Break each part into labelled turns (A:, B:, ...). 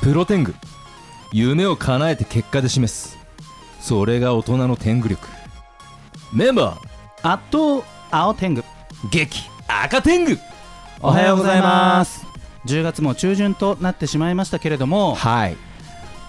A: プロテング夢を叶えて結果で示すそれが大人の天狗力メンバ
B: あっと青天狗
A: ー激赤天狗
B: おはようございます10月も中旬となってしまいましたけれども
A: はい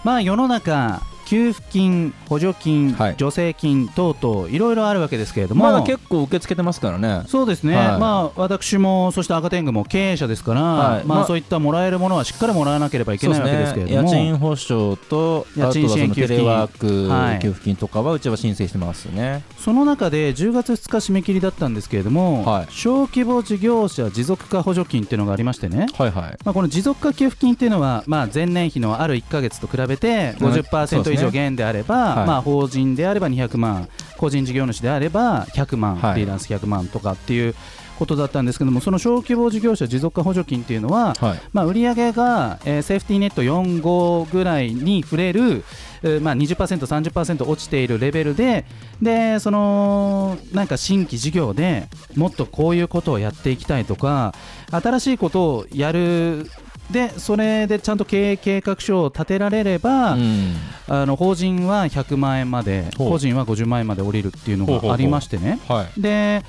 B: まあ世の中給付金補助金、
A: はい
B: 助成金等々いろいろあるわけですけれども、
A: まだ結構受け付けてますからね
B: そうですね、
A: はい
B: まあ私もそして赤天狗も経営者ですから、
A: はい
B: まあ、
A: まあ
B: そういったもらえるものはしっかりもらわなければいけないわけですけれども、
A: 家賃保証とあと
B: 家
A: はそ
B: 賃支援
A: の
B: 給付金
A: テレワー
B: は
A: ク
B: い
A: 給付金とかはうちは申請してますね
B: その中で10月2日締め切りだったんですけれども、
A: はい
B: 小規模事業者持続化補助金っていうのがありましてね、
A: はいはい
B: まあ、この持続化給付金っていうのは、まあ、前年比のある1か月と比べて
A: そうです
B: 50%
A: ね
B: 以上減であれば、
A: はい
B: まあ、法人であれば200万個人事業主であれば100万、
A: はい
B: フリーランス100万とかっていうことだったんですけどもその小規模事業者持続化補助金っていうのは、
A: はい
B: まあ、売上が、えーセーフティーネット4号ぐらいに触れる、えーまあ、20%、30%落ちているレベルででそのなんか新規事業でもっとこういうことをやっていきたいとか新しいことをやるでそれでちゃんと経営計画書を立てられれば、
A: うん
B: あの法人は100万円まで
A: ほう
B: 個人は50万円まで降りるっていうの
A: ほうほうほう
B: がありましてね。
A: はい
B: で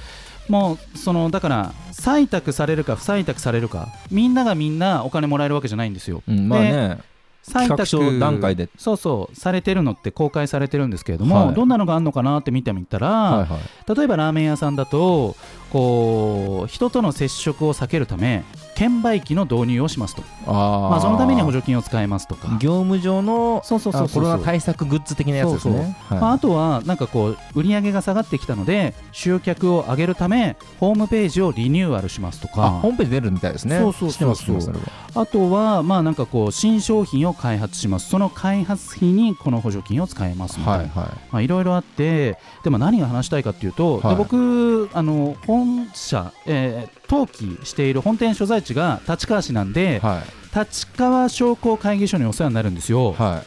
B: もうそのだから採択されるか不採択されるかみんながみんなお金もらえるわけじゃないんですよ。
A: うんまあね
B: 採択
A: 企画書段階で
B: そうそうされてるのって公開されてるんですけれども、
A: はい
B: どんなのがあるのかなって見てみたら、
A: はいはい
B: 例えばラーメン屋さんだとこう人との接触を避けるため券売機の導入をしますと
A: あ
B: まあ、そのために補
A: 助
B: 助金を使いますとか。
A: 業務上の
B: そうそうそうそう
A: あコロナ対策グッズ的なやつですね
B: まあ、
A: は
B: あとはなんかこう売り上げが下がってきたので集客を上げるためホームページをリニューアルしますと
A: いあ
B: か
A: ホームページ出るみたいですね
B: そうそうそうそう
A: 知ってます知ってます
B: あとは、まあ、なんかこう新商品を開発します、その開発費にこの補助金を使えます
A: そ
B: み
A: れ
B: たい
A: は
B: な、
A: はいはい
B: まあ、いろいろあって、でも何が話したいかっていうと、
A: はい
B: で僕、あの本社、えー登記している本店所在地が立川市なんで、
A: はい
B: 立川商工会議所にお世話になるんですよ、
A: は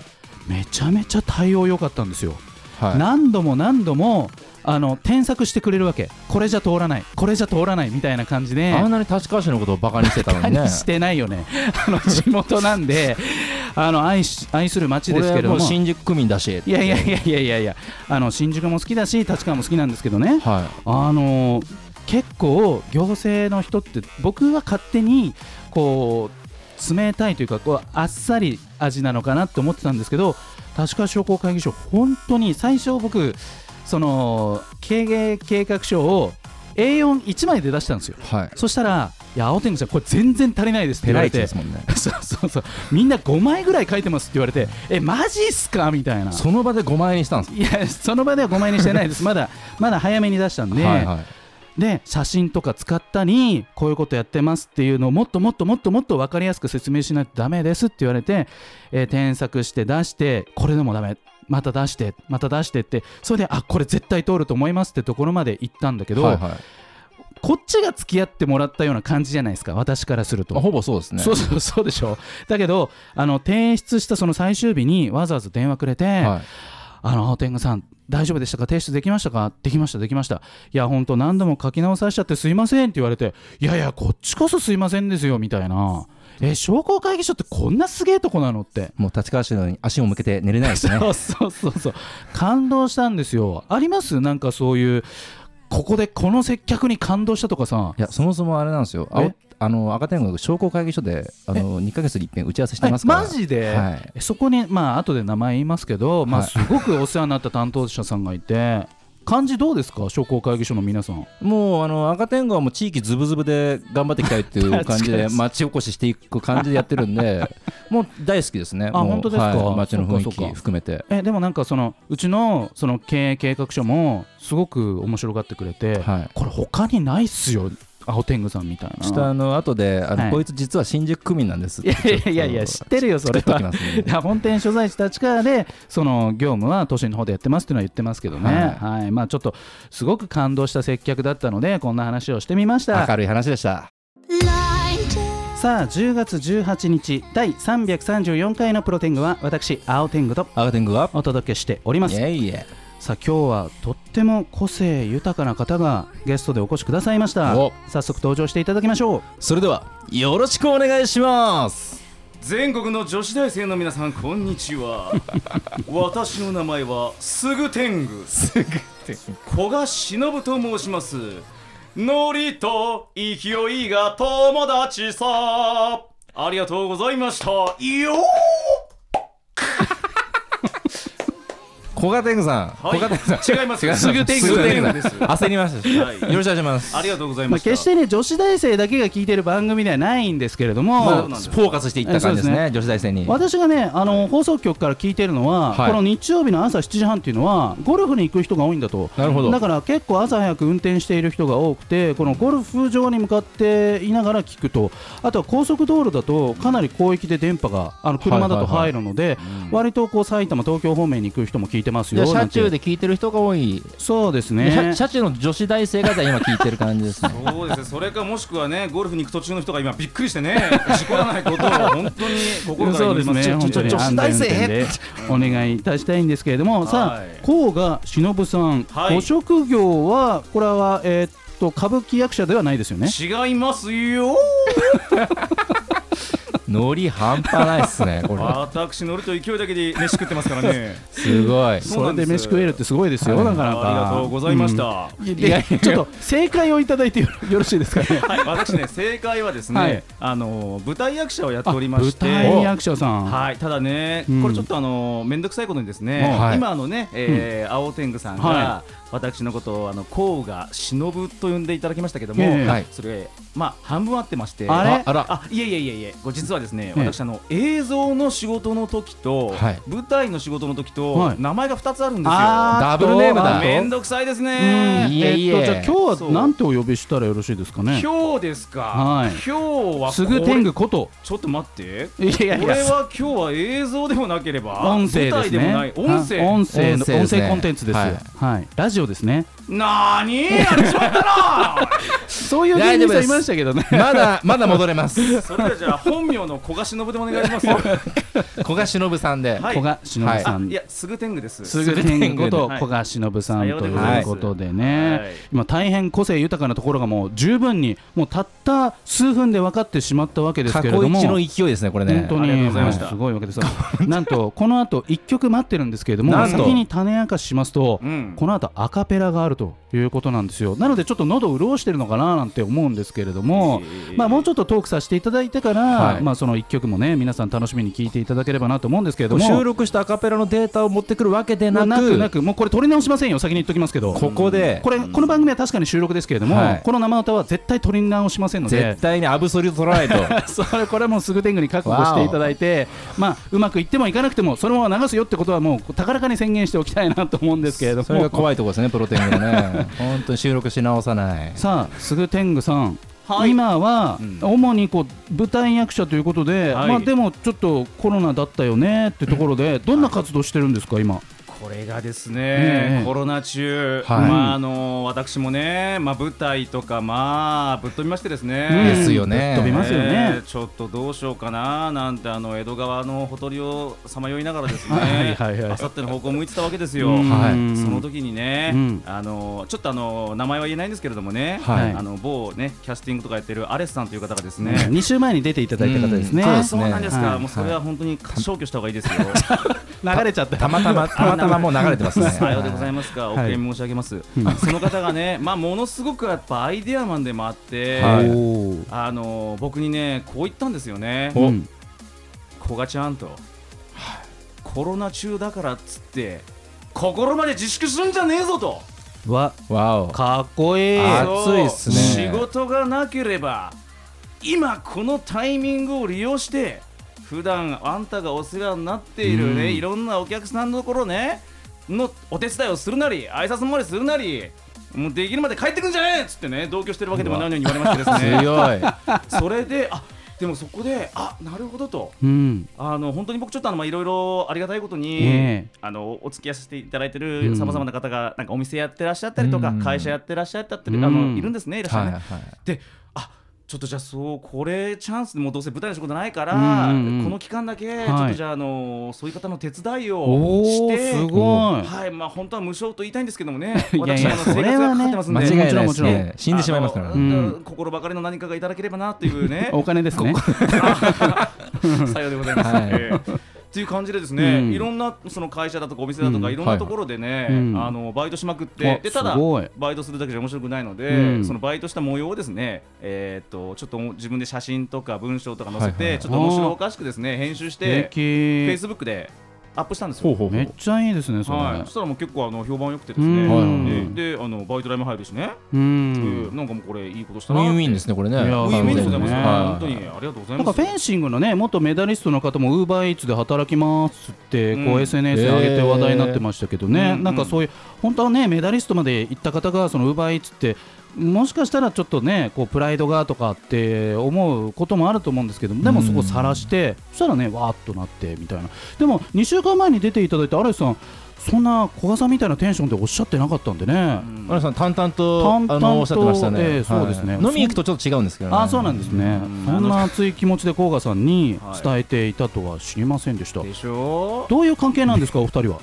A: い
B: めちゃめちゃ対応良かったんですよ、
A: はい
B: 何度も何度もあの添削してくれるわけ、これじゃ通らない、これじゃ通らないみたいな感じで。
A: あんなに立川市のことをバカにしてたのに ね
B: してないよね、 あの地元なんで、 あの愛し愛する町ですけれど
A: 俺はう
B: も、い
A: 新宿区民だしい
B: やいやいやいやいやいや、あの新宿も好きだし、立川も好きなんですけどね、
A: は
B: あの結構、行政の人って、僕は勝手にこう冷たいというかこう、あっさり味なのかなって思ってたんですけど、立川商工会議所、本当に最初、僕、その経営計画書を A41 枚で出したんですよ
A: い。はい
B: そしたら、いや、青天狗さん、これ全然足りないですって言われて
A: で、すもんね
B: そうそうそう、みんな5枚ぐらい書いてますって言われて、え、マジっすかみたいな。
A: その場で5万円にしたんです
B: いや、その場では5枚にしてないです、まだ、まだ早めに出したんで、
A: はいはい
B: で、写真とか使ったり、こういうことやってますっていうのを、もっともっともっともっと分かりやすく説明しないとダメですって言われて、えー添削して出して、これでもダメ。また出して、また出してって、それで、あ、これ絶対通ると思いますってところまで行ったんだけど、
A: はいはいあ
B: こっちが付き合ってもらったような感じじゃないですか、私からすると。
A: ほぼそうですね
B: そうそうそうでしょだけどあの提出したその最終日にわざわざ電話くれて、
A: はい
B: あの青天狗さん大丈夫でしたか提出できましたかできましたできましたいや本当何度も書き直させちゃってすいませんって言われていやいやこっちこそすいませんですよみたいなえ商工会議所ってこんなすげえとこなのって
A: もう立川市のように足を向けて寝れないですね
B: そうそうそうそう感動したんですよありますなんかそういうここでこの接客に感動したとかさ
A: いやそもそもあれなんですよあお
B: え
A: あの赤天狗商工会議所であの2ヶ月に一遍打ち合わせしてますから
B: マジで、
A: はい
B: そこにまあ後で名前言いますけど、まあ、
A: はい
B: すごくお世話になった担当者さんがいて漢字どうですか商工会議所の皆さん
A: もうあの赤天狗はもう地域ズブズブで頑張っていきたいっていう感じ
B: 確
A: で
B: かに
A: 町おこししていく感じでやってるんでもう大好きですね
B: あ
A: もう
B: 本当ですか
A: はい町の雰囲
B: そっかそ
A: 気
B: っか
A: 含めて
B: えでもなんかそのうちのその経営計画書もすごく面白がってくれて、
A: はい
B: これ他にないっすよ青天狗さんみたいな
A: ちょっとあの後であの、
B: はい
A: こいつ実は新宿区民なんですっ
B: い
A: て
B: やいやいやいや知ってるよそれ
A: 言っ
B: は
A: ときますんで
B: いや本店所在地立川でその業務は都心の方でやってますっていうのは言ってますけどね、はいまあ、ちょっとすごく感動した接客だったのでこんな話をしてみました
A: 明るい話でした
B: さあ10月18日第334回のプロテングは私青天狗と
A: 赤天狗は
B: お届けしております
A: いえいえ
B: さあ今日はとっても個性豊かな方がゲストでお越しくださいました
C: お
B: 早速登場していただきましょう
C: それではよろしくお願いします全国の女子大生の皆さんこんにちは私の名前はすぐ天狗すぐ天
D: 古賀忍と申しますノリと勢いが友達さありがとうございましたよー
C: 小賀天狗さん、
D: は
C: 小
D: い
C: 賀天狗さん
D: 違います
C: 違
D: すぐ天狗
C: すぐ天狗
D: です
C: 焦りました、
D: はい
C: よろしくお願いします
D: ありがとうござい
B: ま
D: ま
B: あ、
D: した、
B: 決してね女子大生だけが聞いてる番組ではないんですけれども、
C: まあ
D: そうなんです
C: フォーカスしていった感じですね
B: え
C: 女子大生に
B: 私がねあの、放送局から聞いてるのは、
C: はい
B: この日曜日の朝7時半っていうのはゴルフに行く人が多いんだと
C: なるほど
B: だから結構朝早く運転している人が多くてこのゴルフ場に向かっていながら聞くとあとは高速道路だとかなり広域で電波があの車だと入るので、割とこう埼玉東京方面に行く人も聞いてます
A: じゃ
B: よ
A: あ車中
B: なんて
A: で聞いてる人が多い、
B: そうです
A: 車
B: ね
A: 車中の女子大生方今聞いてる感じですね
D: そうですねそれかもしくはねゴルフに行く途中の人が今びっくりしてね事故らないことを本当に心から
B: そう
D: 祈
B: で
D: り
B: す
D: ます
B: ね、本当に
C: 女子大生
B: 安全運転でお願いいたしたいんですけれども、さ
D: は
B: あ、甲賀忍さん、
D: はい
B: ご職業は、これは、えーっと、歌舞伎役者ではないですよね。
D: 違いますよ
C: ノリ半端ないっすねこれ
D: 私ノリと勢いだけで飯食ってますからね
C: すごい
D: そう
B: そ
D: な
B: れ
D: んで
B: です飯食えるってすごいですよ、なかな
D: あ
B: か。
D: りがとうございました、
B: うん。
C: いや
B: で
C: いや
B: ちょっと正解をいただいてよろよろしいですかね。
D: はい、私ね、正解はですね、
B: はい
D: あの舞台役者をやって
B: あ
D: おりまし
B: 舞
D: て。
B: 台役者さん。
D: はい、ただね、
B: うん
D: これちょっとあの面倒くさいことにですね、
C: はい
D: 今あのね、えー青天狗さんが、
B: は
D: 私のことをあの甲賀忍と呼んでいただきましたけども、
B: ええ
C: はい
D: それまあ半分あってまして、
B: あれ
C: ああら
D: あいえいえいえいえ、これ実はですね、
B: ええ
D: 私あの映像の仕事の時と、
C: はい
D: 舞台の仕事の時と、
B: はい
D: 名前が二つあるんですよ。
B: あー
C: ダブルネームだ
B: あと
D: めんどくさいです
B: うん
D: ね。
C: いえいえ
B: えっとじゃあ今日はなんてお呼びしたらよろしいですかね。
D: 今日ですか。
B: はい
D: 今日は
B: すぐ天狗こと。
D: ちょっと待って。
B: いやいやい
D: これ
B: や。
D: は今日は映像でもなければ
B: 音声ですね
D: 舞台。でもない音
B: あ
D: 声
B: 音声
C: 音
B: の
C: 声で
B: 音
C: すね
B: 声コンテンツです。
C: は
B: はいい、ラジオですね。
D: なーにやっちまったな
B: そういう
C: 大
B: 芸
C: 丈夫で
B: 人さん
C: す
B: いましたけどね。
C: まだまだ戻れます
D: それではじゃあ本名の古賀忍でもお願い しますは
C: 小賀忍さんで、
D: い
B: 古賀忍さ
D: あ
B: ん
D: い。やすぐ天狗です
B: すぐ天狗と
D: はい
B: 古賀忍さん
D: さよう
B: と
D: で
B: い
D: ございます
B: うことで
D: はい
B: ね、今、大変個性豊かなところがもう十分に、もうたった数分で分かってしまったわけです
C: 過
B: け
C: 去
B: れども、
C: 一の勢いですねこれね
B: 本当
D: ありがとう
B: に
D: ございました
B: はいすごいわけですよなんと、この後一曲待ってるんですけれども
C: な、んと
B: 先に種明かししますと
D: う、ん
B: この後アカペラがあるということなんですよ。なので、ちょっと喉潤してるのかななんて思うんですけれども、まあ、もうちょっとトークさせていただいてから、
C: はい
B: まあ、その一曲もね、皆さん楽しみに聴いていただければなと思うんですけれども。
C: 収録したアカペラのデータを持ってくるわけでな
B: な
C: く
B: くなくもうこれ取り直しませんよ先に言っときますけど
C: ここで
B: これこの番組は確かに収録ですけれども、
C: はい
B: この生歌は絶対取り直しませんので
C: 絶対にアブソリュート取らない と
B: それこれはもうすぐ天狗に覚悟していただいて、まあ、うまくいってもいかなくてもそのまま流すよってことはもう高らかに宣言しておきたいなと思うんですけれども
C: それが怖いところですねプロテインがね本当に収録し直さない
B: さあすぐ天狗さん、
D: はい
B: 今は
D: うん
B: 主にこう舞台役者ということで、
D: はい
B: まあ、でもちょっとコロナだったよねってところでどんな活動してるんですか今、
D: これがです
B: え
D: ね
B: え
D: コロナ中
C: はい
D: まああの私もねまあ舞台とかまあぶっ飛びましてです
B: うん
D: ね
C: ですよね
B: ぶっ飛びますよね
D: えーちょっとどうしようかななんてあの江戸川のほとりをさまよいながらです
B: はい
D: ね
B: はいはい
D: あさっての方向を向いてたわけですよ、
B: うん
C: はい
D: その時にね、
B: うん
D: あのちょっとあの名前は言えないんですけれどもね、
C: はい
D: あの某ねキャスティングとかやってるアレスさんという方がですね、
B: 2週前に出ていただいた方ですね、
C: うん
D: あ
C: そうです
D: そうなんですか、
B: はい
D: もうそれは本当に消去した方がいいですよ。
B: 流れちゃった
C: たまたまたまたまもう流れてますね
D: さようでございますか、お
B: はい
D: 悔やみ申し上げます、
B: ん
D: その方がね、まあ、ものすごくやっぱアイデアマンでもあって、
C: はい
B: おー
D: あの僕にね、こう言ったんですよね、
C: お
B: うん
D: 古賀ちゃんと、コロナ中だからっつって、心まで自粛するんじゃねえぞと。
B: わ
C: わお
B: かっこいい
C: あ
D: そう
C: 暑いっすね
D: 仕事がなければ今このタイミングを利用して普段あんたがお世話になっている
B: う
D: ね、
B: ん
D: いろんなお客さんのところねのお手伝いをするなり挨拶回りするなりもうできるまで帰ってくんじゃねえっつってね同居してるわけでもないのに言われましてですね
C: 強い
D: それであでもそこであなるほどと
B: うん
D: あの本当に僕ちょっとあのまあいろいろありがたいことに、
B: ええ
D: あのお付き合いさせていただいて
B: う
D: る
B: ん
D: さまざまな方がなんかお店やってらっしゃったりとか、
C: うん
D: 会社やってらっしゃったり、
B: う ん
D: あのいるんですねいらっしゃ
C: は
D: る
C: い
D: ね、
C: はい
D: であちょっとじゃあそうこれチャンスでもうどうせ舞台の仕事ないから、
B: うんうんうん
D: この期間だけ
B: い
D: ちょっとじゃあ、あのそういう方の手伝いを
B: お
D: し
B: お
D: て
B: すごい
D: はいまあ本当は無償と言いたいんですけどもね
B: いやいや
D: 私あの生活がかかってますんで
A: 間違いない
B: も
A: です
B: ちろんもちろん
A: ね。死んでしまいますから
D: あ
A: ね。
D: の
B: う
D: 心ばかりの何かがいただければなというね
B: お金ですね
D: さようでございます。
A: はい
D: ええっていう感じでですね、
B: うん
D: いろんなその会社だとかお店だとか、
B: うん
D: いろんなところでね、
B: はいうん
D: あのバイトしまくっ
B: あ
D: てでただ
B: すごい
D: バイトするだけじゃ面白くないので、
B: うん
D: そのバイトした模様をですね、えーっとちょっと自分で写真とか文章とか載せて、
A: はいはい
D: ちょっと面白おかしくですね編集して、フェイ
B: 素敵
D: スブックでアップしたんです
A: ほう
D: よ。
A: ほうほ
B: め
A: う
B: っ。ちゃいいですねそれ、
D: はい、そしたらもう結構あの評判良くてですね、
B: うん
A: はいはいはい
D: でであのバイト代も入るしね、
B: う
D: うんんなんかもうこれいいことし
A: ウ
D: たな
A: ィ
D: って
A: ンウィンですね、これね。
B: いや
D: ウィンウィンでございます、ね、
A: は
D: 本
A: い
D: 当にありがとうござい
B: なん
D: ま
B: か
D: す
B: フェンシングのね元メダリストの方もウーバーイーツで働きますってこ
D: う
B: うん SNS で上げて話題になってましたけど
D: え
B: ね、
D: ー
B: なんかそういう本当はねメダリストまで行った方がそのウーバーイーツってもしかしたらちょっとねこうプライドがとかって思うこともあると思うんですけどでもそこさらしてそしたらねわーっとなってみたいなでも2週間前に出ていただいた荒井さんそんな古賀さんみたいなテンションでおっしゃってなかったんでね、
D: うん
A: マラさん淡々と
B: 淡々と
A: あのおっしゃってましたね、
B: ええそうですね
A: はい飲み行くとちょっと違うんですけどね
B: あーそうなんですね
D: うん
B: そんな熱い気持ちで甲賀さんに
D: はい
B: 伝えていたとは知りませんでした
D: でしょ
B: どういう関係なんですか、お二人は。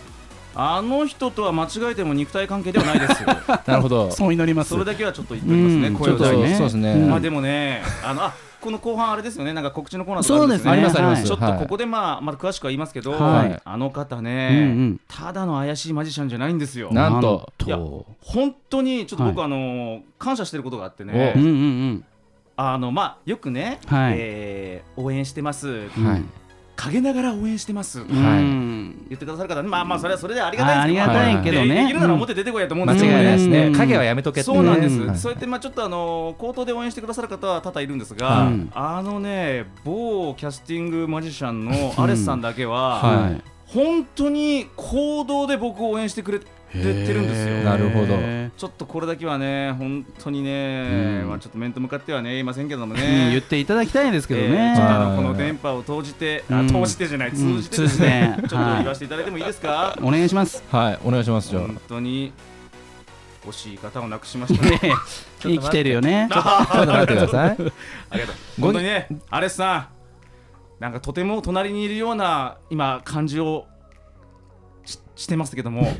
D: あの人とは間違えても肉体関係ではないです よ。
A: なるほど
B: そう祈りま
D: それだけはちょっと言っておきますね、
B: ん
D: 声
B: ちょ
D: を
B: っと
D: 大に
A: ね
D: して。
A: そうですね
B: ん
D: まあでもね、あのあこの後半あれですよね、なんか告知のコーナーとかあるんですね。
B: そうですねありますあります
D: ちょっ
A: は
D: と
A: い
D: ここでまあまだ詳しくは言いますけど、
B: はい
D: あの方
B: うんう
D: ね、
B: ん
D: ただの怪しいマジシャンじゃないんですよ。
A: ななんと
B: なん
D: いや
B: と
D: 本当にちょっと僕、
B: は
D: あの感謝してることがあって
B: うん
D: ね、
B: うんうん。
D: あのまあよくね、
B: はい
D: えー応援してます、
A: はい
D: 陰ながら応援してます。
A: はい
B: うん
D: 言ってくださる方ね、まあまあそれはそれでありがたいです
B: あ
D: けど、
B: ありがたいけどね
D: できるなら表出てこいやと思うん
A: 間違
D: です
A: い
D: けど
A: ないですね、
B: うん
A: 影はやめとけって
D: そうなんです、
B: ね
A: はい
D: そうやってまあちょっとあの口頭で応援してくださる方は多々いるんですが、
B: はい
D: あのね某キャスティングマジシャンのアレスさんだけは、
A: うん
B: は
A: はいい。
D: 本当に行動で僕を応援してくれてるんです
B: へー
D: よ。
A: なるほど
B: うん
D: ちょっとこれだけはね本当にね、
B: うん
D: まあちょっと面と向かってはね言いませんけども
B: 言っ
D: ね。
B: ていただきたいですけど
D: えー
B: ね
D: ちょっ。とあ
A: は
D: の
A: い
D: この電波を投じて、あ
B: うん
D: 投じてじゃない通じてです
B: うん
D: ね、
B: 通じて
D: ちょっと言わせていただいてもいいですか
B: お願いし ます。
A: はいお願いしますじゃあ
D: 本当に惜しい方をなくし ましたねちょっ
B: 生
D: と待って
B: きてるよね。
A: ちょっと待ってくだ さい
D: ありがとう。本当にね、アレスさん、なんかとても隣にいるような今感じをししてますけど も、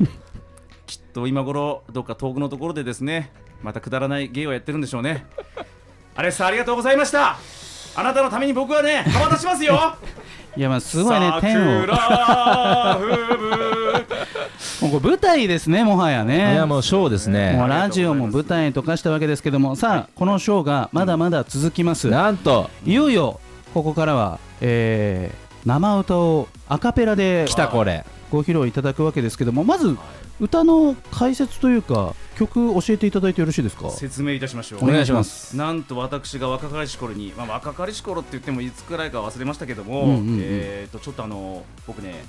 D: きっと今頃どっか遠くのところでですね、またくだらない芸をやってるんでしょうね。アレスさんありがとうございました。あなたのために僕はね羽ばたしますよ。
B: いやまあ すごいね天を。も
D: 桜吹雪
B: うこれ舞台ですねもはや
A: い
B: ね
A: や。もうショーです
B: もう
A: ね
B: ラジオも舞台とかしたわけですけどもさあこのショーがまだまだ続きます。
A: なんと
B: いよいよここからはえー生歌をアカペラで
A: 来たこれ
B: ご披露いただくわけですけどもまず歌の解説というか曲教えていただいてよろしいですか
D: 説明いたしましょう。
A: お願いします
D: なんと私が若かりし頃に、まあ、若かりし頃って言ってもいつくらいか忘れましたけども、
B: うんうんうん
D: えー、とちょっとあの僕ね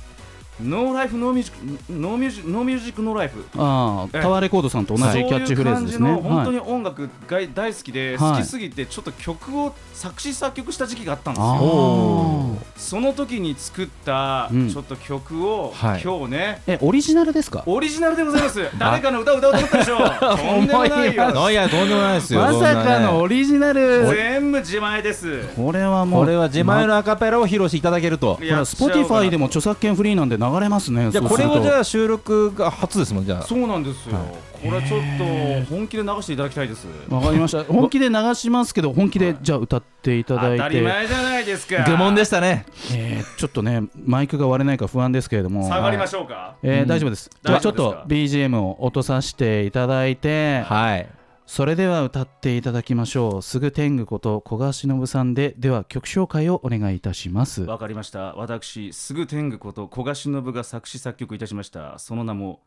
D: ノーライフノーミュージックノーミュージックノーミュージックノーライフ
B: ああ
D: ええ
B: タワーレコードさんと同じキャッチフレーズですね
D: そういう感じの本当
B: はい
D: に音楽が大好きで、
B: はい
D: 好きすぎてちょっと曲を作詞作曲した時期があったんです
B: あ
D: よ
B: あ
A: お
D: その時に作った
B: うん
D: ちょっと曲を、
A: はい
D: 今日ね
B: えオリジナルですか
D: オリジナルでござ います誰かの歌を歌おうと思ったでしょとんでもないよ
A: いやとんでもないですよ
B: ま
A: そんな
B: さ
A: ね
B: かのオリジナル
D: 全部自前です
B: これはもう
A: これは自前
B: ま
A: のアカペラを披露していただけると
D: い
B: これ
D: や
B: は Spotify でも
D: しちゃ
B: 著作権フリーなんで流れますね
A: じゃあ
B: そう
A: こ
B: す
A: れ
B: ると
A: をじゃあ収録が初ですもんじゃ
D: おうかな
A: あ
D: そうなんですよ、
A: はい
D: これはちょっと本気で流していただきたいです
B: わかり ました本気で流しますけど本気でじゃあ歌っていた
D: 当
B: だ
D: た
B: い
D: り
B: て
D: 前じゃないですか
A: 愚問でしたね
B: えーちょっとねマイクが割れないか不安ですけれども
D: 下がりましょうか
B: えー
A: うん
B: 大丈夫ですじゃあ
D: 大
B: ち
D: 丈
B: ょ
D: 夫
B: っ
D: ですか
B: と BGM を落とさせていただいて
A: はい
B: それでは歌っていただきましょう。すぐ天狗こと古賀忍さんで、では曲紹介をお願いいたします。
D: わかりました私すぐ天狗こと古賀忍が作詞作曲いたしましたその名も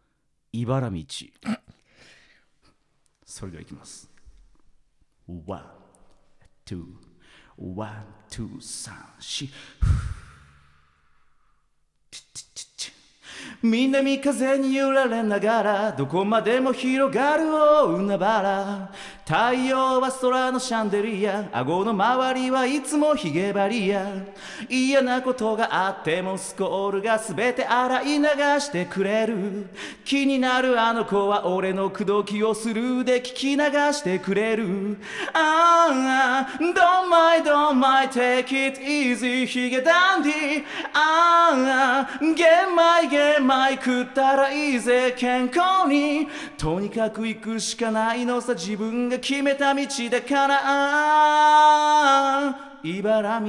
D: 茨道それではいきますワンツーワンツー三四南風に揺られながらどこまでも広がる大海原太陽は空のシャンデリア顎の周りはいつもヒゲバリア嫌なことがあってもスコールが全て洗い流してくれる気になるあの子は俺の口説きをスルーで聞き流してくれるああ Don't mind don't mind take it easy ヒゲダンディああ玄米玄米食ったらいいぜ健康にとにかく行くしかないのさ自分が決めた道だから茨道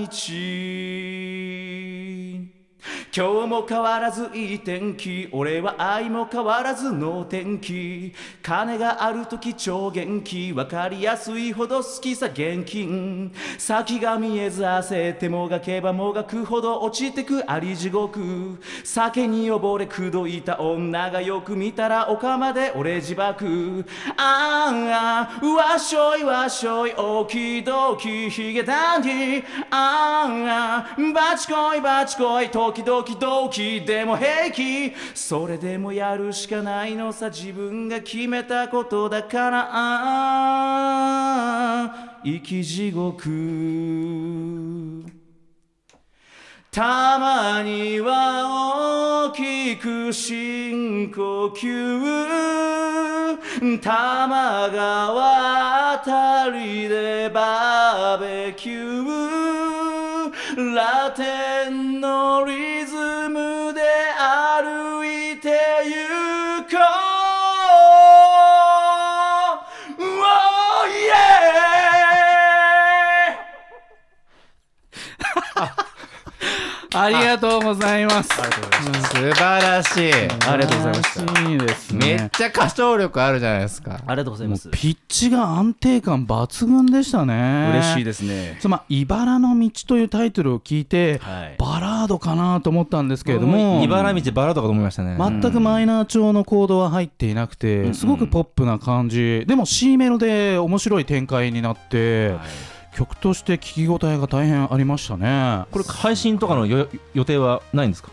D: 今日も変わらずいい天気俺は愛も変わらずの天気金がある時超元気分かりやすいほど好きさ現金先が見えず焦ってもがけばもがくほど落ちてくあり地獄酒に溺れ口説いた女がよく見たらお釜で俺自爆ああわっしょいわっしょいおきどきひげダンディああバチコイバチコイ時々ドキでも平気それでもやるしかないのさ自分が決めたことだからああ生き地獄たまには大きく深呼吸玉川あたりでバーベキューラテンのリズムで歩いてゆこう Oh yeah!
B: ありがとうございます。あ
E: 素晴らしい。
D: ありがとうございました
B: いいです
E: めっ
B: ね。
E: ちゃ歌唱力あるじゃないですか。
D: ありがとうござい
B: も
D: ま
B: う
D: す
B: ピッチが安定感抜群でしたね。
D: 嬉しい
B: で
D: ですね
B: す。まあ茨の道というタイトルを聞いて、
D: はい
B: バラードかなと思ったんですけれども。
A: 茨道バラとかと思いましたね。
B: 全くマイナー調のコードは入っていなくて、すごくポップな感じでも C メロで面白い展開になって、曲として聞き応えが大変ありましたね
A: これ配信とかの予予定はないんですか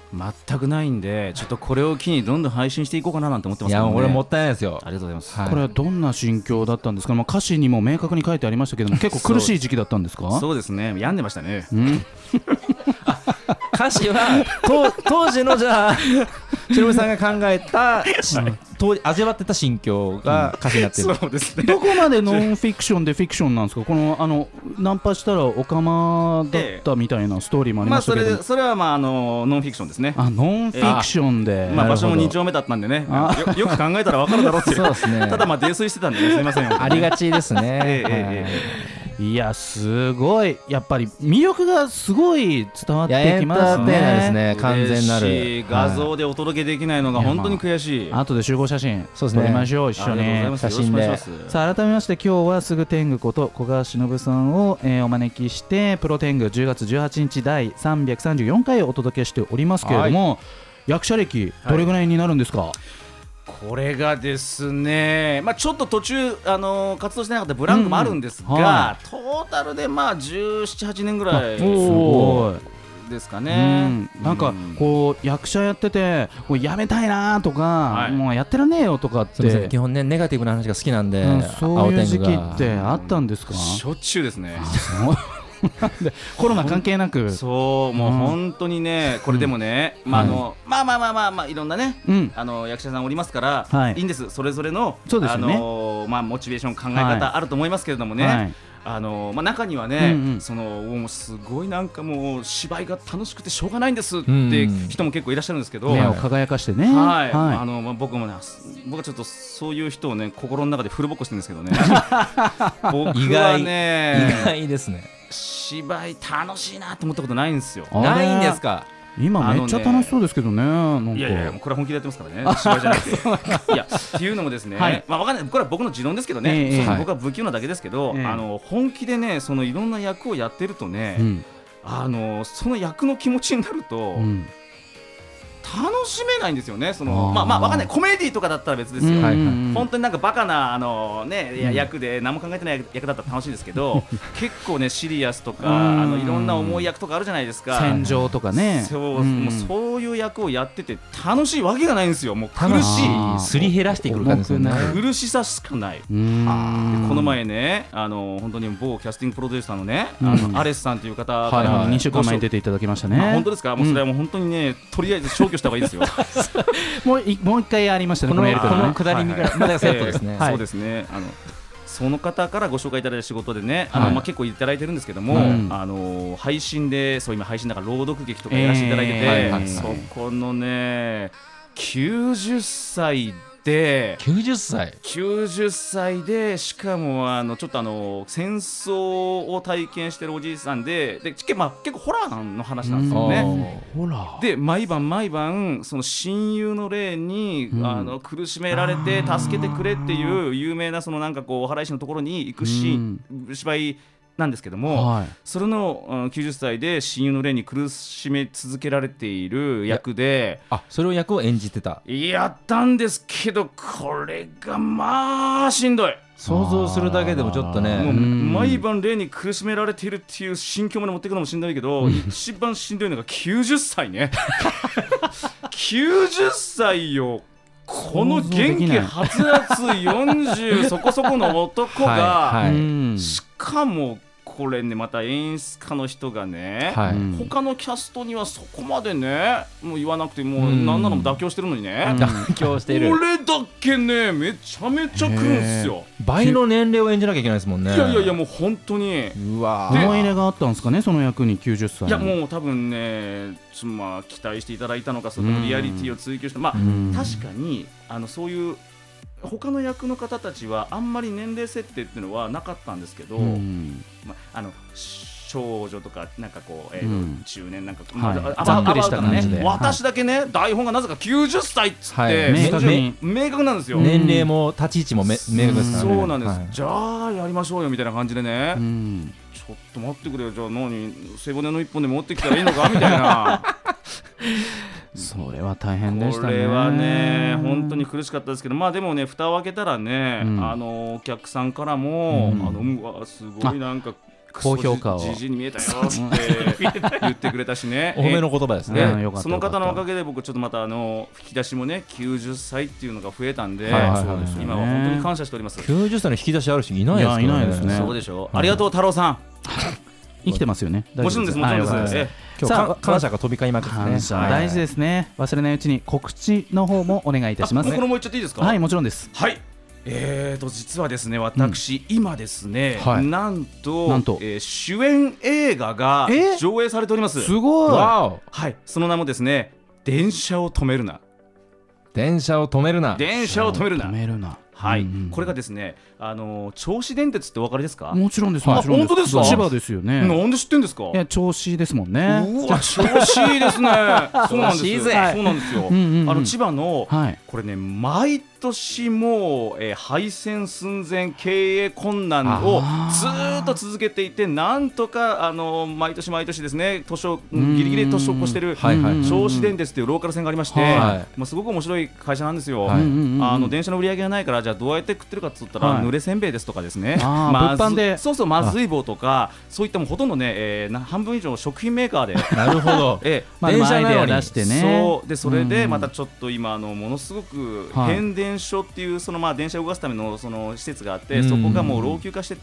D: 全くないんでちょっとこれを機にどんどん配信していこうかななんて思ってま
A: い
D: すけ
A: や、
D: どね
A: 俺もったいないですよ
D: あ。りがとうございます
A: はい
B: これはどんな心境だったんですか、まあ、歌詞にも明確に書いてありましたけ ども結構苦しい時期だったんですか
D: そうですね病んでましたね
A: 歌詞はと 当時のじゃあ白目さんが考えたし当時味わってた心境が歌詞になってる、
D: そうですね
B: どこまでノンフィクションでフィクションなんですかこのあのナンパしたらオカマだったみたいなストーリーもあり
D: ま
B: ま
D: あ
B: した
D: そ
B: けども、
D: れそれはまああのノンフィクションですね
B: あノンフィクションで、なる
D: まあ場
B: ほど
D: 所も2丁目だったんでね
B: あ
D: よよく考えたら分かるだろうっていう
A: そうですね
D: ただまあ泥酔してたんでねすいません
A: ありがちですね、
D: えええええ
A: はい
D: え
B: いやすごいやっぱり魅力がすごい伝わっ
A: いや
B: て
A: エ
B: き
A: ンタ
B: ます
A: ーテイナーです
B: ね
A: ね完全な
D: 嬉しい
A: る
D: 画像でお届けできないのが本当に悔しい
B: 後で集合写真
A: そう
B: 撮
A: ですね
B: りましょう一緒に
D: ありがとうござ
A: 写
D: います
A: 真で
D: よろしくお願いします
B: さあ改めまして今日はすぐ天狗こと小川忍さんを、えーお招きしてプロ天狗10月18日第334回をお届けしておりますけれども、役者歴どれぐらいになるんですか、
D: これがですね、まあ、ちょっと途中、あのー活動してなかったブランクもあるんですが、
B: うんうんは
D: トータルでまあ17、8年ぐらい
B: あすごい
D: ですか
B: う
D: ね
B: ん。なんかこう役者やっててこうやめたいなとか、
D: い
B: もうやってらんねえよとかっ
A: すみません
B: て
A: 基本ねネガティブな話が好きなんで、
B: うんそういう時期
A: 青天狗が
B: ってあったんですか
D: しょっちゅうですね。
B: コロナ関係なく
D: そう、もう本当にね、これでもね、まああの、まあまあまあまあまあいろんなね、
B: うん
D: あの役者さんおりますから、
B: はい
D: い、いんです。それぞれの、
B: そうです
D: あ
B: よね
D: のーまあモチベーション考え
B: はい
D: 方あると思いますけれどもね。
B: はい
D: あのまあ、中にはね、
B: うんうん
D: そのもうすごいなんかもう芝居が楽しくてしょうがないんですっ
A: うん
D: て人も結構いらっしゃるんですけど、
B: 目を
D: はい
B: 輝かしてね
D: はいあ
B: は
D: のまあ、僕もね僕はちょっとそういう人をね心の中でフルボッコしてるんですけど ね僕
A: 意
D: は
A: 外
D: ね
A: 意外ですね
D: 芝居楽しいなと思ったことないんですよ。
B: あれ
A: ないんですか
B: い今めっちゃ
D: あのね
B: 楽しそうですけどねなん
D: いやいやいや、も
B: か
D: うこれは本気でやってますからね、芝居じゃな くて。いや、っていうのもですね、
B: はい
D: まあ、わかんない、これは僕の持論ですけど
B: ええ
D: ね、
B: ええ
D: そう僕は不器用なだけですけど、
B: ええ
D: あの本気でね、そのいろんな役をやってるとね、
B: うん
D: あのその役の気持ちになると、
B: うん
D: 楽しめないんですよねその
B: あー
D: まあまあわかんないコメディとかだったら別ですよ、
B: うん
E: はいはい
D: 本当になんかバカなあの、ねいや役で何も考えてない役だったら楽しいですけど結構ねシリアスとか
B: うん
D: あのいろんな重い役とかあるじゃないですか。
B: 戦場とかね
D: そう,、
B: ん
D: もうそういう役をやってて楽しいわけがないんですよもう苦
A: 楽
D: し
A: し
D: い
B: あー
A: いすり減らしてくる感じですよね
B: 重くな
D: 苦しさしかない。
B: うーん
D: この前ね、あの本当に某キャスティングプロデューサーのね、
B: うん
D: あのアレスさんという方から、
B: はいはい、2週間前に
D: で、
B: 出ていただきましたね。
D: あ本当ですか、もうそれはもう本当にね、とりあえず消去した方がいいですよ。
B: もういもう一回やりましたね、
A: この
B: このやりとり
A: こ
B: ね
A: の。下りにからまだセットですね
D: えーそうですね。あのその方からご紹介いただいた仕事でね、あの、
B: はい
D: まあ結構いただいてるんですけども、
B: うん
D: あの配信でそう今配信だから朗読劇とかやらせていただいてて、
B: えーはい
E: はいはい
D: そこのね90歳で。
A: 90歳
D: 90歳でしかもあのちょっとあの戦争を体験してるおじいさんでで、けまあ、結構ホラーの話なんですよね。
A: ほら
D: で毎晩毎晩その親友の霊に、
B: ん
D: あの苦しめられて助けてくれっていう有名なそのなんかこうお祓い師のところに行くシーン、芝居なんですけども、
B: はい
D: それの、うん、90歳で親友の霊に苦しめ続けられている役で。
A: あそれを役を演じてた
D: やったんですけどこれがまあしんどい、
A: 想像するだけでもちょっと
D: もうん
A: ね
B: ん
D: 毎晩霊に苦しめられているっていう心境まで持っていくのもしんどいけど、一番しんどいのが90歳ね 90歳よこの元気はつらつ40そこそこの男が、
E: はい
A: うん
D: しかもこれねまた演出家の人がね、
E: はい
B: うん
D: 他のキャストにはそこまでねもう言わなくてもう
A: うん
D: 何なのも妥協してるのにね、
A: 妥協している
D: 俺だけねめちゃめちゃ来るんですよ、
A: 倍の年齢を演じなきゃいけないですもんね
D: いやいやいやもう本当に
E: うわ
D: で
B: 思い入れがあったんですかね、その役に90歳に。
D: いやもう多分ねちょまあ期待していただいたのかそれともリアリティを追求したまあ
B: ん
D: 確かにあのそういう他の役の方たちはあんまり年齢設定っていうのはなかったんですけど、
B: うん
D: まあ、あの少女とかなんかこう、えーと
B: うん
D: 中年なんか、
B: はい
D: まあ
B: ざっくりした感じで
D: アバ
B: はい
D: ウトなね私だけね、台本がなぜか90歳っつって、
E: はい
B: 明確に
D: ね明確なんですよ、
A: 年齢も立ち位置もめ明確ですからね
D: そうなんです、
A: はい
D: じゃあやりましょうよみたいな感じでね、
B: うん
D: ちょっと待ってくれよじゃあ何背骨の一本で持ってきたらいいのかみたいな
B: それは大変でし
D: こ
B: たね。
D: れはね本当に苦しかったですけどまあでもね蓋を開けたらね、
B: うん
D: あのお客さんからも、
B: うん
D: あのうわすごいなんか
B: 高評価を
D: クソじじじいに見えたよって 言ってくれたし ね
A: お褒めの言葉です
D: ね
A: ね
B: うんよかった
D: その方の
B: よかった
D: おかげで僕ちょっとまたあの吹き出しもね90歳っていうのが増えたんで、
A: はいはいはい
B: そうですよね
D: 今は本当に感謝しております。
A: 90歳の引き出しある人いないですからね
B: いやいないですね
D: そうでしょう。ありがとう太郎さん。
B: 生きてますよね。
D: もちろんですもちろんです。
B: はいよかった
D: え
A: 今日
B: さあ
A: か感謝が飛び交いまくってね
B: 感謝、
A: はい
B: 大事ですね。忘れないうちに告知の方もお願いいたしま
D: あ
B: す
D: もう。このもう言っちゃっていいですか。
B: はい、もちろんです。
D: はい。えーと実はですね私、今ですね、
E: はい
D: なんと
B: なんと
D: えー主演映画が
B: え
D: 上映されております
B: ご
A: わお
D: はいその名もですね電車を止めるな
A: 電車を止めるな
D: 電車を止めるな
B: 止めるな。
D: はい、
B: うんうん
D: これがですねあのー銚子電鉄ってお分かりですか、
B: もちろんです。
D: はい
B: もちろん
D: あ本当ですか
B: 千葉ですよね。
D: なんで知ってんですか
B: いや、調子ですもん
D: う
B: ね。
D: わ調子いいですねそうなんで
A: 調子
D: す
A: いい
D: よそう
A: ぜ
D: なんですよ、
B: うんうんうん
D: あの千葉の、
B: はい。
D: これね毎年もう、えー廃線寸前経営困難をずーっと続けていてなんとかあのー毎年毎年ですね図書ギリギリ図書を越してる
A: はいはい
D: 銚子電鉄というローカル線がありまして、
A: は
D: まあ、すごく面白い会社なんですよ。
A: はい
B: うんうんうん
D: あの電車の売り上げがないからじゃあどうやって食ってるかっつったら、
B: はい
D: 濡れせんべいですとかですね
B: あー
D: まず
B: 物販で
D: そうそうまずい棒とかそういったもうほとんどね、えーな半分以上食品メーカーで、
A: なるほど
D: えー
B: まあ
A: 電車
B: ア
A: な
B: イデ
A: の
B: ア
A: に
B: 出してね。
D: そうでそれ
B: うんう
D: で
B: ん
D: またちょっと今あのものすごく
B: はい
D: 変電所っていうそのまあ電車を動かすためのその施設があって
A: うん
D: そこがもう老朽化してて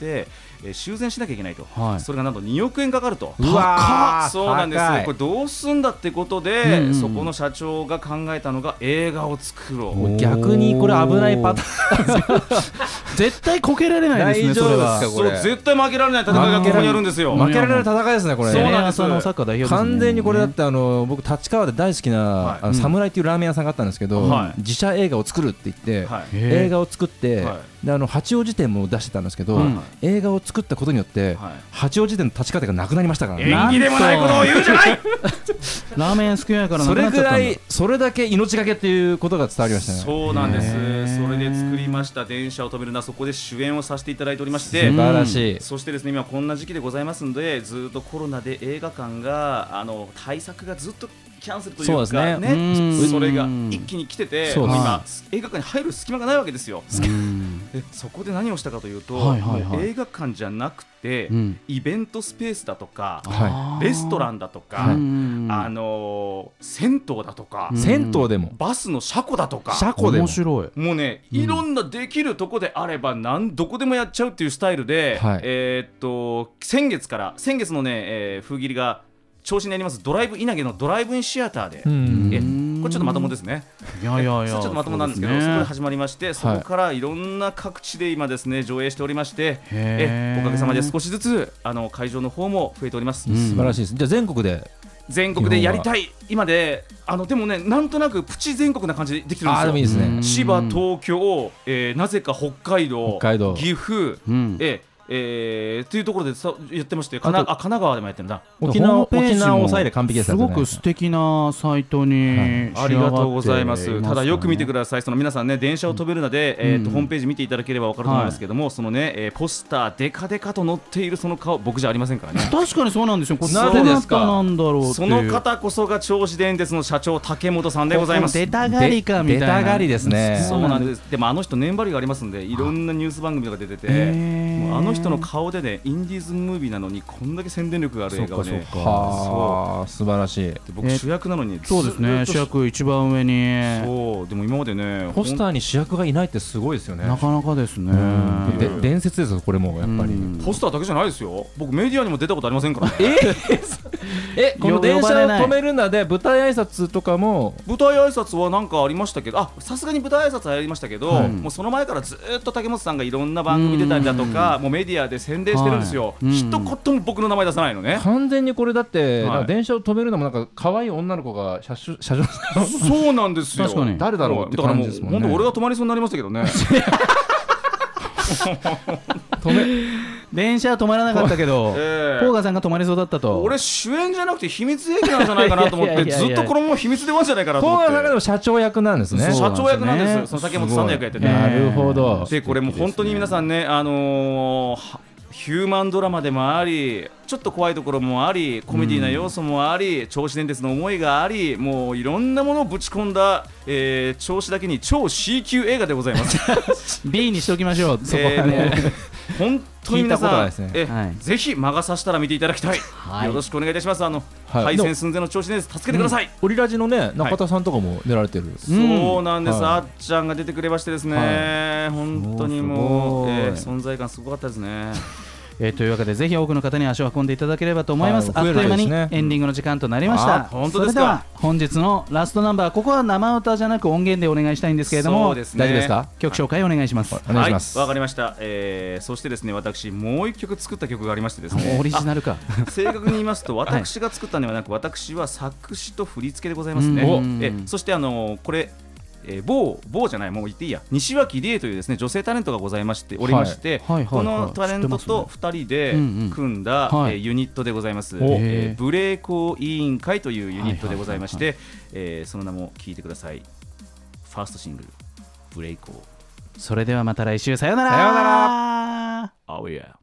D: えー修繕しなきゃいけないと
B: はい
D: それがなんと2億円かかると
A: うわー
D: そうなんです
A: 高い
D: これどうすんだってこと
B: うんう
D: で
B: ん
D: そこの社長が考えたのが映画を作ろ
A: も
D: う
A: う逆にこれ危ないパターン
B: 絶対こけられないですね、
A: 大丈夫
B: そ
A: で
B: れ
A: すか
B: は。
A: こ
D: そう
A: れ
D: 絶対負けられない戦いがここにあるんですよ
B: 負
A: 負けられる戦いですねこれ
D: そう
B: テレ
D: なんです
B: 朝のサッカー代表ですもんね
A: 完全にこれだってあの僕立川で大好き
D: はい
A: なあの侍っていうラーメン屋さんがあったんですけど
D: はい
A: 自社映画を作るって言って
D: はい
B: へえ
A: 映画を作って
D: は
A: であの八王子店も出してたんですけど
B: うん
A: 映画を作ったことによって
D: はい
A: 八王子店の立ち方がなくなりましたからね
D: 演技でもないことを言うじゃない
B: ラーメンスクエアからな
A: そ
B: くな
A: れ
B: っちゃ
A: ぐ
B: った
A: ら
B: んだ
A: いそれだけ命がけっていうことが伝わりましたね
D: そうなんです
B: へー
D: それで作りました電車を止めるなそこで主演をさせていただいておりまし
A: 素
D: て
A: 晴らしい
D: そしてですね今こんな時期でございますのでずっとコロナで映画館があの対策がずっとキャンセルと
A: そう
D: い
A: で
D: う
A: す
D: か
A: ねうん
D: それが一気に来てて、
B: そうですね
D: 今映画館に入る隙間がないわけですよ。
B: うん
D: でそこで何をしたかというと、
B: はいはいはい
D: もう映画館じゃなくて、
B: うん
D: イベントスペースだとか、
B: あー
D: レストランだとか、
B: うんうんうん
D: あのー銭湯だとか、
B: うん
A: 銭湯でも
D: バスの車庫だとか。
A: 車庫でも
B: 面白い
D: もうね、いろんなできるとこであればなんどこでもやっちゃうっていうスタイルで、
E: はい
D: えーっと先月から先月のね、えー、封切りが調子にありますドライブ稲毛のドライブインシアターで、
A: うん
D: えこれちょっとまともですね
B: いやいやいや
D: それちょっとまともなんですけどそ
B: そう
D: こ
B: ね
D: で始まりましてそこからいろんな各地で今ですね上映しておりまして、
B: へー
D: えおかげさまで少しずつあの会場の方も増えております、
B: うん
A: 素晴らしいですじゃあ全国で
D: 全国でやりたい今であのでもねなんとなくプチ全国な感じでできてるんで
A: あ
D: す
A: ー
D: よ
A: でもいいですね
D: 千葉、東京、えーなぜか北海道、
A: 北海道
D: 岐阜、
B: うん
D: えーえーというところでさやってまして、神奈あ神奈川でもやってるな。
A: 沖縄
B: ホームページ
A: 沖
B: も
A: 縄を抑えて完璧です
B: すごく素敵なサイトに
D: ありがとうございます。ただよく見てく
B: だ
D: ださい。その皆さんね、電車を飛べるので、えーとホームページ見ていただければわかると思いますけども、そのね、えーポスターデカデカと載っているその顔、僕じゃありませんからね。
B: 確かにそうなんですよこれ
A: なぜですか
B: どなたなんだろうっていう
D: その方こそが銚子電鉄の社長竹本さんでございます
B: 出。たがりかみたいな
A: 出たがりですね
D: そうなんです。でもあの人年張りがありますんで、いろんなニュース番組とか出てて、
B: へー
D: もうあの人の顔でね、インディーズムービーなのにこんだけ宣伝力がある映画をね、
A: はあ素晴らしい
D: で僕
B: え
D: 主役なのに、
B: そうですね
D: ず
B: 主
D: っと
B: 役一番上に
D: そうでも今までね、
A: ポスターに主役がいないってすごいですよね
B: なかなかですね
A: で伝説ですよこれもうやっぱり
D: ほんポスターだけじゃないですよ。僕メディアにも出たことありま せんから、ね。
A: えこの電車を止めるなで舞台挨拶とかも
D: 舞台挨拶はなんかありましたけど、あさすがに舞台挨拶はやりましたけど、もうその前からずっと竹本さんがいろんな番組出たりだとか、もうメディアで宣伝してるんですよ。
B: はいうん
D: 一言も僕の名前出さないのね。
A: 完全にこれだって、
D: はい
A: なんか電車を止めるのもなんか可愛い女の子が車種車 上
D: そうなんですよ。
B: 確かに
A: 誰だろうって感じですもんね
D: だからもう本当俺が止まりそうになりましたけどね。
A: 止
B: 電車は止まらなかったけど
D: ええ
B: 甲賀さんが止まりそうだったと
D: 俺主演じゃなくて秘密兵器なんじゃないかなと思っ
B: いや
D: て、
B: いやい
D: ず
B: やい
D: っ
B: や
D: とこれも秘密でワンじゃないかな
A: め
D: と
A: 東
D: 思っ
A: 川さんがで
D: て。
A: も社長役なんですね
B: そう
D: 社長役なんで
B: そうなんで
D: す
B: すね
D: よ。その竹本さんの役やってて。
B: すごい
A: なるほど
D: でこれもう本当に皆さんね、あのーはヒューマンドラマでもあり、ちょっと怖いところもあり、コメディな要素もあり、銚子電鉄の思いがあり、もういろんなものをぶち込んだ、えー、銚子だけに超 C 級映画でございます。
B: B にしておきましょうそこ
D: え
B: はね
D: ーもう本当に皆
A: 聞いたこと
D: さ
A: なんいですね
D: え
B: はい
D: ぜひ魔が差したら見ていただきたい、
B: い
D: よろしくお願いいたしますあの、
A: はい
D: 敗戦寸前の調子です助けてください、
A: オリラジのね中田さんとかも出られてる、
B: うん
D: そうなんです、
A: はい
D: あっちゃんが出てくれましてですね、本当にもう、えー存在感すごかったですね
B: えーというわけでぜひ多くの方に足を運んでいただければと思います、
A: はい
B: あっという間
A: 増
B: に
A: えるわけですね
B: エンディングの時間となりました、
D: あ本当です
B: それでは
D: か
B: 本日のラストナンバーここは生歌じゃなく音源でお願いしたいんですけれども
D: そうですね
A: 大丈夫ですか
B: 曲紹介お願いします、
A: お願いします、
D: はいわかりました、えーそしてですね私もう一曲作った曲がありましてです
B: もう
D: ね
B: オリジナルか
D: あ正確に言いますと私が作ったのではなく、私は作詞と振り付けでございますね
B: うん
D: えそしてあのこれえー、某某じゃないもう言っていいや西脇理恵というですね女性タレントがございましておりまして、
B: はいはいはい
D: このタレントと2人で組んだ、
B: うんうんはい
D: えーユニットでございます、
B: お
D: えーブレーコー委員会というユニットでございましてえーその名も聞いてくださいファーストシングル「ブレイコー
B: それではまた来週さようなら
A: さような
B: ら
D: アウェア」